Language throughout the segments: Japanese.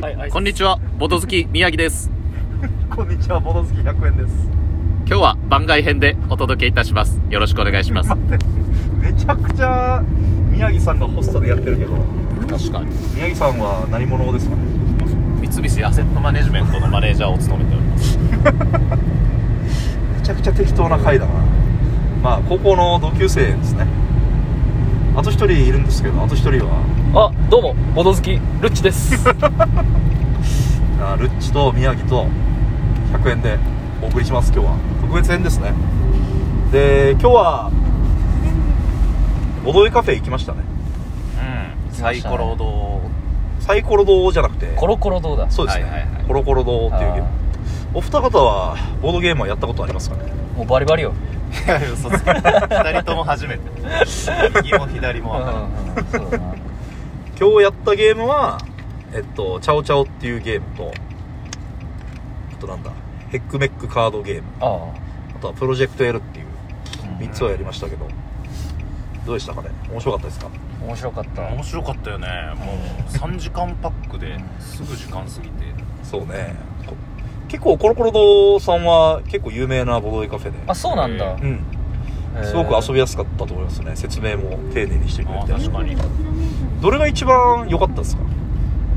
はい、はいこんにちは、ボト好き宮城です。こんにちは、ボドスキ100円です。今日は番外編でお届けいたします。よろしくお願いします。めちゃくちゃ宮城さんがホストでやってるけど、確かに。宮城さんは何者ですかね三菱アセットマネジメントのマネージャーを務めております。めちゃくちゃ適当な回だな。まあ、高校の同級生ですね。あと一人いるんですけど、あと一人は、あどうもボド好きルッチですあルッチと宮城と100円でお送りします、今日は。特別編ですね。で、今日は、ボドゲカフェ行きましたね。うん。サイコロ堂。サイコロ堂じゃなくて、コロコロどうだそうですね、はいはいはいコロコロ堂っていうゲームあお二方はボードゲームはやったことありますかねもうバリバリよ、いや、嘘つけ。二人とも初めて。右も左うもんう分からない。んうん、そうだな今日やったゲームはえっとチャオチャオっていうゲームとあとなんだヘックメックカードゲームああとはプロジェクト L っていううん3つをやりましたけどどうでしたかね面白かったですかあ面白かった面白かったよね。もう3時間パックですぐ時間過ぎて。そうねこ結構コロコロ堂さんは結構有名なボードゲカフェであそうなんだううんすごく遊びやすかったと思いますね説明も丁寧にしてくああ、れて確かに。どれが一番良かったですか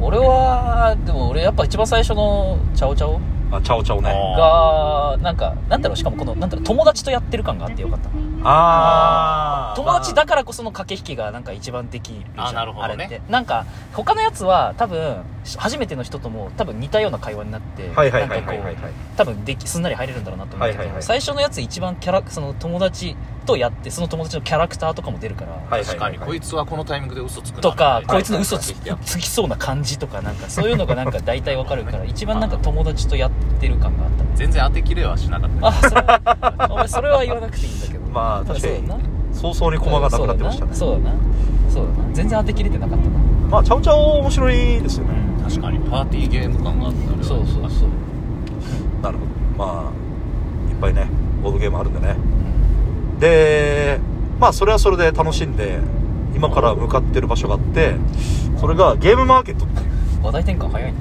俺はでも俺やっぱ一番最初のチャオチャオあチャオチャオねあがなんかなんだろうしかもこのなんだろう友達とやってる感があってよかったあー友達だからこその駆け引きがなんか一番できるじゃんあなるほどねれってなんか他のやつは多分し初めての人とも多分似たような会話になってはいはいはいなんはかいこうはいはい多分できすんなり入れるんだろうなと思うけど、はいはいはい最初のやつ一番キャラその友達とやってその友達のキャラクターとかも出るから、はい確かに、こいつはこのタイミングで嘘つくなとか、みたいなこいつの嘘つつきそうな感じとかなんかそういうのがなんか大体わかるから一番なんか友達とやってる感があった全然当てきれはしなかったよあそれはお前それは言わなくていいんだけどまあただそうだ 確かな早々に駒がなくなってましたねそうだなそうだなそうだな全然当てきれてなかったな、まあチャオチャオ面白いですよね確かにパーティーゲーム感があったねそうそうそう、なるほどまあいっぱいねボードゲームあるんでねでまあそれはそれで楽しんで今から向かってる場所があってそれがゲームマーケットっていう話題転換早い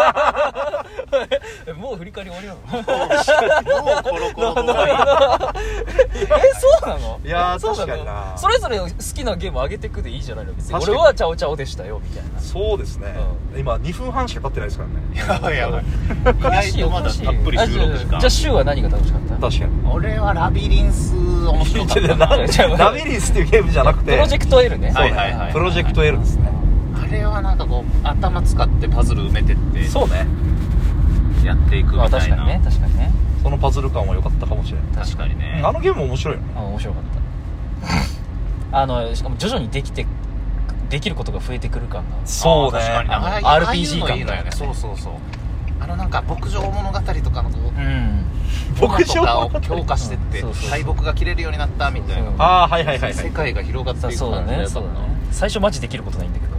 なもう振り返り終わりなのもうコロコロ動画えそうなのいやーえそ確うなのかになそれぞれ好きなゲーム上げてくでいいじゃないの別に確か俺にはチャオチャオでしたよみたいなそうですね、今2分半しか経ってないですからねやばいやばい意外とまだたっぷり収録時間あじゃあ週は何が楽しかった確かに俺はラビリンス面白 かったなちょっとラビリンスっていうゲームじゃなくてプロジェクト L ねそうねはいはいはいプロジェクト L ですねあれはなんかこう頭使ってパズル埋めてってそうねやっていくみまあた確いかな、にね確かにねそのパズル感は良かったかもしれない確かにねあのゲーム面白いよねあ面白かったあのしかも徐々にできてできることが増えてくる感がそうあーね確かにあのああ RPG ああいうのいいのよ感がねそうそうそうあのなんか牧場物語とかのこううん牧場とかを強化してってうんそうそうそう大木が切れるようになったみたいなそうああはいはいはい、はい、世界が広がっていくそうだ感じのねやつそだうっただなね最初マジできることないんだけど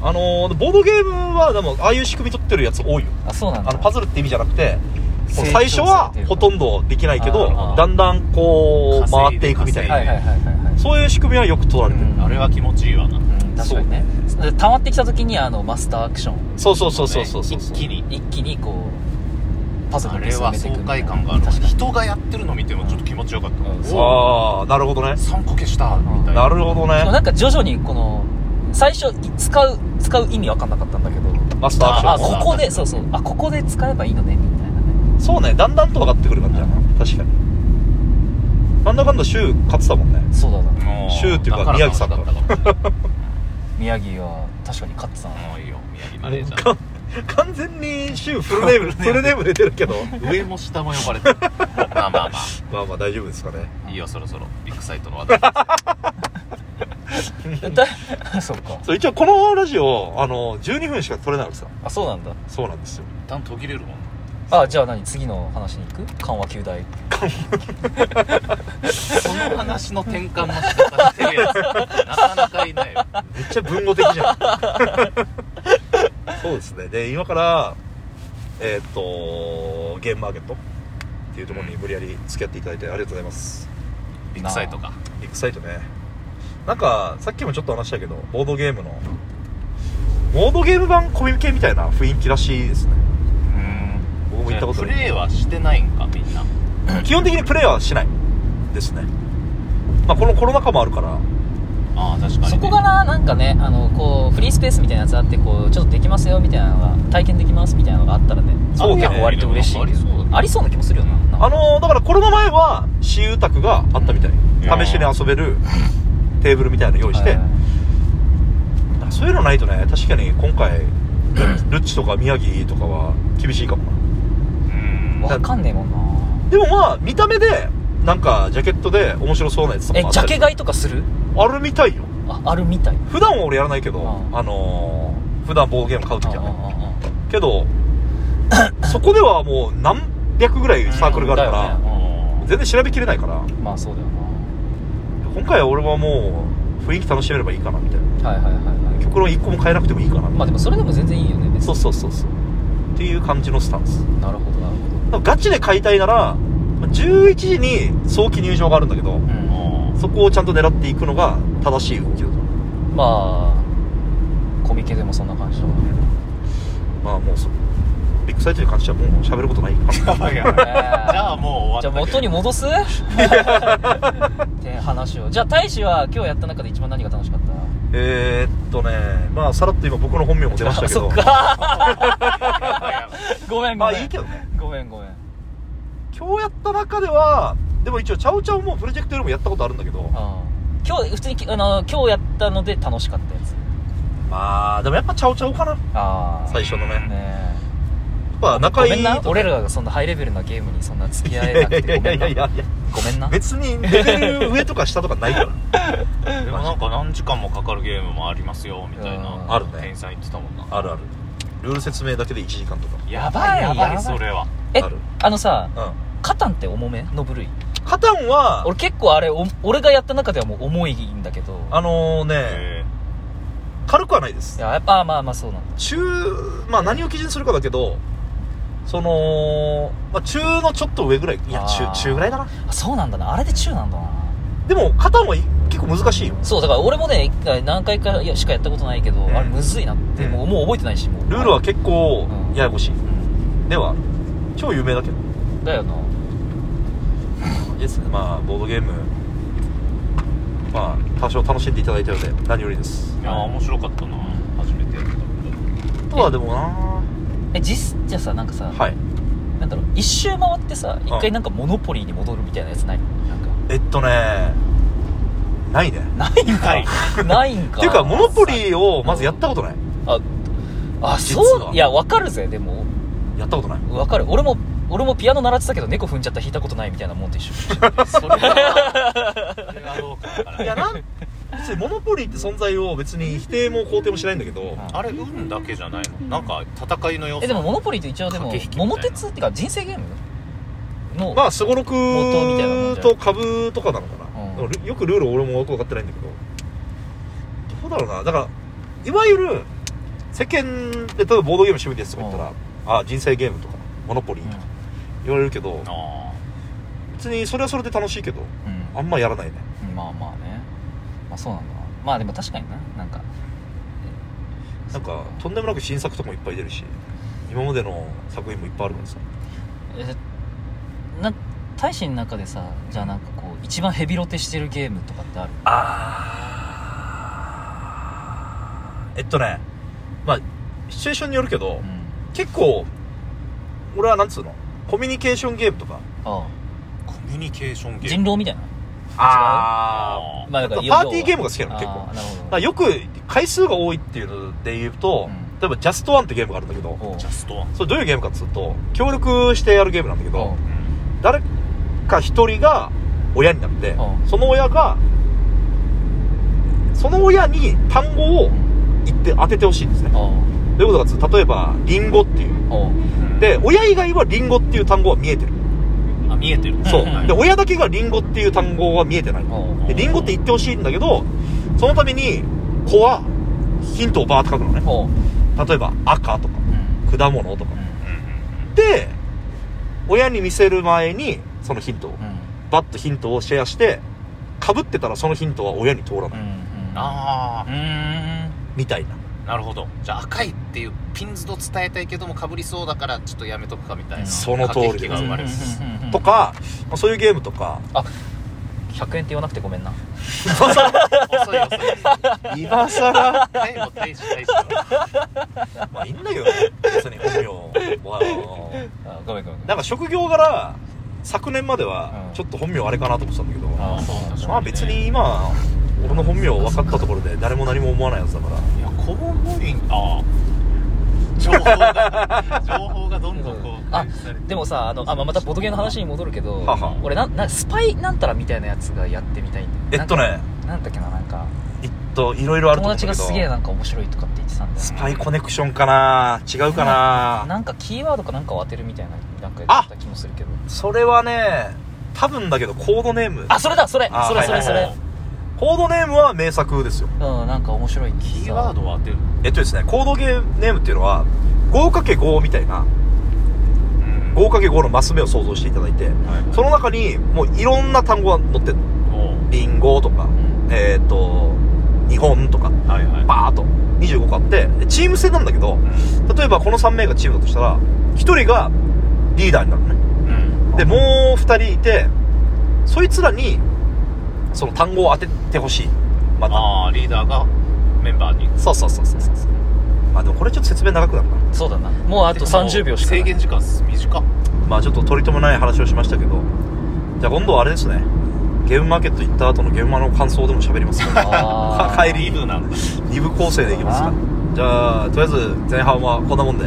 あのーボードゲームはでもああいう仕組み取ってるやつ多いよあそうなんだあのパズルって意味じゃなくて成長最初はされてるほとんどできないけあどーだんだんこう稼回いっでていくみたいはいなはいはいはいはいそういう仕組みはよく取られてる、うんあれは気持ちいいわなうん確かにねで溜まってきた時にあのマスターアクションそうそうそうそうそうそう一気に一気にこうパズルあのれは爽快感がある確かに人がやってるの見てもちょっと気持ちよかったうんおおああなるほどね3個消したみたいななるほどでもなねんか徐々にこの最初い使う使う意味わかんなかったんだけどマスターあアあクションここでそうそうあここで使えばいいのねみたいなねそうねだんだんと分かってくる感じだな確かになんだかんだ週勝ってたもんねそうだなもシューっていうだから宮城さんから楽しかったかもし宮城は確かに勝ってたなれないもういいよ宮城マネージャーか完全に週フルネーム フルネーム出てるけど上も下も呼ばれ てるまあまあままあまあ大丈夫ですかねあいいよそろそろビッグサイトの話題だそうかそう一応このラジオあの12分しか撮れないわけさあそうなんだそうなんですよ一旦途切れるもんあじゃあ何次の話に行く緩和球大その話の転換の仕方してるやつなかなかいないよめっちゃ文語的じ ゃんそうですねで今からえーっとゲームマーケットっていうところに無理やり付き合っていただいてありがとうございますビッグサイトかビッグサイトねなんかさっきもちょっと話したけどボードゲームのボードゲーム版コミケみたいな雰囲気らしいですねうん僕も行ったことプないレイはしてないんかみんな基本的にプレイはしないですねまあこのコロナ禍もあるからああ確かに、ね、そこがななんかねあのこうフリースペースみたいなやつあってこうちょっとできますよみたいなのが体験できますみたいなのがあったらねそうねあ結構割と嬉しいありそうだねありそうな気もするよななんかあのーだからコロナ前は私有宅があったみたいうん試しに遊べ るテーブルみたいなの用意して、はいあそういうのないとね確かに今回ルッチとか宮城とかは厳しいかもなうんわかんねえもんなでもまあ見た目でなんかジャケットで面白そうなやつとかえもあっジたャりケ買いとかするあるみたいよああるみたい普段は俺やらないけどうあのー、普段ボードゲーム買うときはねあけどそこではもう何百ぐらいサークルがあるかうんだら、よねうん全然調べきれないからまあそうだよ今回は俺はもう雰囲気楽しめればいいかなみたいななはいはいはいはい曲の一個も変えなくてもいいかなみたいまあでもそれでも全然いいよねな別そうそうそうそうっていう感じのスタンスになるほどなるだからガチで買いたいならまあ11時に早期入場があるんだけどほど、そこをちゃんと狙っていくのが正しい動きだとうん、まあコミケでもそんな感じだもんねまあもうそビッグサイトに関してはもう喋ることないか なやばいや じばいじゃあもうじ終ゃあわった元けどに戻すって話をじゃあ大使は今日やった中で一番何が楽しかったえーっとねまあさらっと今僕の本名も出ましたけ どそっかやばいごめんごめん、まあいいけどねごめんごめん今日やった中ではでも一応チャオチャオもプロジェクトよりもやったことあるんだけどあー今日普通にきあの今日やったので楽しかったやつまあでもやっぱチャオチャオかなああ最初のねやっねぱえご仲いめいんなと俺らがそんなハイレベルなゲームにそんな付いき合やえないくてやごいやめいやんないやごめんな別にレベル上とか下とかないからでもなんか何時間もかかるゲームもありますよみたいうんなあるね店員さん言ってたもんなあるあるルール説明だけで1時間とかやばいややばいばいそれはえあるあのさうカタンって重めの部類んカタンは俺結構あれお俺がやった中ではもう重いんだけどあのねえ軽くはないですいややっぱまあまあそうなんだ中まあ何を基準にするかだけどその、まあ、中のちょっと上ぐらいいやあー中中ぐらいだなあそうなんだなあれで中なんだなでもカタンはい結構難しいよそうだから俺もね一回何回かいやしかやったことないけど、うんあれむずいなって、うんもうもう覚えてないしもうルールは結構うんややこしい、うんでは超有名だけどだよなですねまあボードゲームまあ多少楽しんでいただいたので何よりですえいや面白かったな初めてやったけどあとはでもなえ実じゃあさなんかさ、はいなんだろう一周回ってさ一う回んなんかモノポリーに戻るみたいなやつないなんかえっとねないねないんはいか ないんかっていうかモノポリーをまずやったことないああ実はそういやわかるぜでもやったことないわかる俺も俺もピアノ習ってたけど猫踏んじゃった弾いたことないみたいなもんと 一緒それはそれはどうかわ からないいやなん 別にモノポリーって存在を別に否定も肯定もしないんだけどあれ運だけじゃないのなんか戦いの要素えでもモノポリーって一応でも駆け引きみたいな桃鉄っていうか人生ゲームのまあすごろく元みたいなもんじゃとん株とかなのかな、うんでもよくルール俺もよく分かってないんだけどどうだろうなだからいわゆる世間で例えばボードゲーム趣味ですとか言ったら、うんあ人生ゲームとかモノポリーとか言われるけど、あ別にそれはそれで楽しいけどうんうんあんまやらないねまあまあねまあそうなんだなまあでも確かにななんかなんかとんでもなく新作とかもいっぱい出るし今までの作品もいっぱいあるからさえな大使の中でさじゃあなんかこう一番ヘビロテしてるゲームとかってあるあえっとねまあシチュエーションによるけど、うん結構俺はなんつうのコミュニケーションゲームとかああコミュニケーションゲーム人狼みたいなああーまあパだからー要はティーゲームが好きなの結構あーなるほだどからよく回数が多いっていうので言うと、うん例えば「ジャストワンってゲームがあるんだけど、おうジャストワンそれどういうゲームかっつうと協力してやるゲームなんだけど、おう誰か一人が親になって、うんその親がその親に単語を言って当ててほしいんですねおうどういうことかっつうと例えば「リンゴ」っていうおうで親以外は「リンゴ」っていう単語は見えてるあ見えてるそううんうんで親だけが「リンゴ」っていう単語は見えてないおうでリンゴって言ってほしいんだけどそのために子はヒントをバーって書くのねおう例えば赤とかうん果物とかうんうんうんで親に見せる前にそのヒントをうんバッとヒントをシェアしてかぶってたらそのヒントは親に通らうないんうんあうーんみたいなあなるほどじゃあ赤いっていうピンズと伝えたいけどもかぶりそうだからちょっとやめとくかみたいなその通り駆け引きが生まれるんですうんうんうんうんとか、まあ、そういうゲームと かあ100円って言わなくてごめんな遅い遅い今更はいもう大事大事まあいいんだけどね別に本名はあごめんごめんごめんなんか職業柄昨年まではうんちょっと本名あれかなと思ってたんだけど、あそうまあ別に今俺の本名分かったところで誰も何も思わないやつだからいや公務員あー情報が情報がどんどんこうあ開示されてでもさあのあまあまたボトゲの話に戻るけどはは俺ななスパイなんたらみたいなやつがやってみたいんだえよっとねなんだっけななんかえっといろいろあると友思うんだ達けどがすげえなんか面白いとかって言ってたんだよスパイコネクションかな違うかななんかキーワードかなんかを当てるみたいななんかやった気もするけどそれはね多分だけどコードネームあそれだそれあそれそはれいそはいれはコードネームは名作ですようんなんか面白いキーワードを当てるえっとですねコードゲームネームっていうのは 5×5 みたいなうん 5×5 のマス目を想像していただいてはいその中にもういろんな単語が載ってるおうリンゴとかえっ、と日本とかはいはいバーッと25個あってでチーム制なんだけどう例えばこの3名がチームだとしたら1人がリーダーになるのねんうんでもう2人いてそいつらにその単語を当ててほしいまたああリーダーがメンバーにそうそうそうそうそうそうまあでもこれちょっと説明長くなるなそうだなもうあと30秒しかな制い限時間短っまあちょっと取り留めない話をしましたけどじゃあ今度はあれですねゲームマーケット行った後のゲームマの感想でも喋 りますか あー帰りリブなんだ2部構成でいきますかあじゃあとりあえず前半はこんなもんで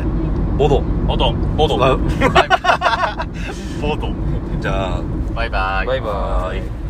ボードボドボドあバイバイ じゃあバイバイバイバイ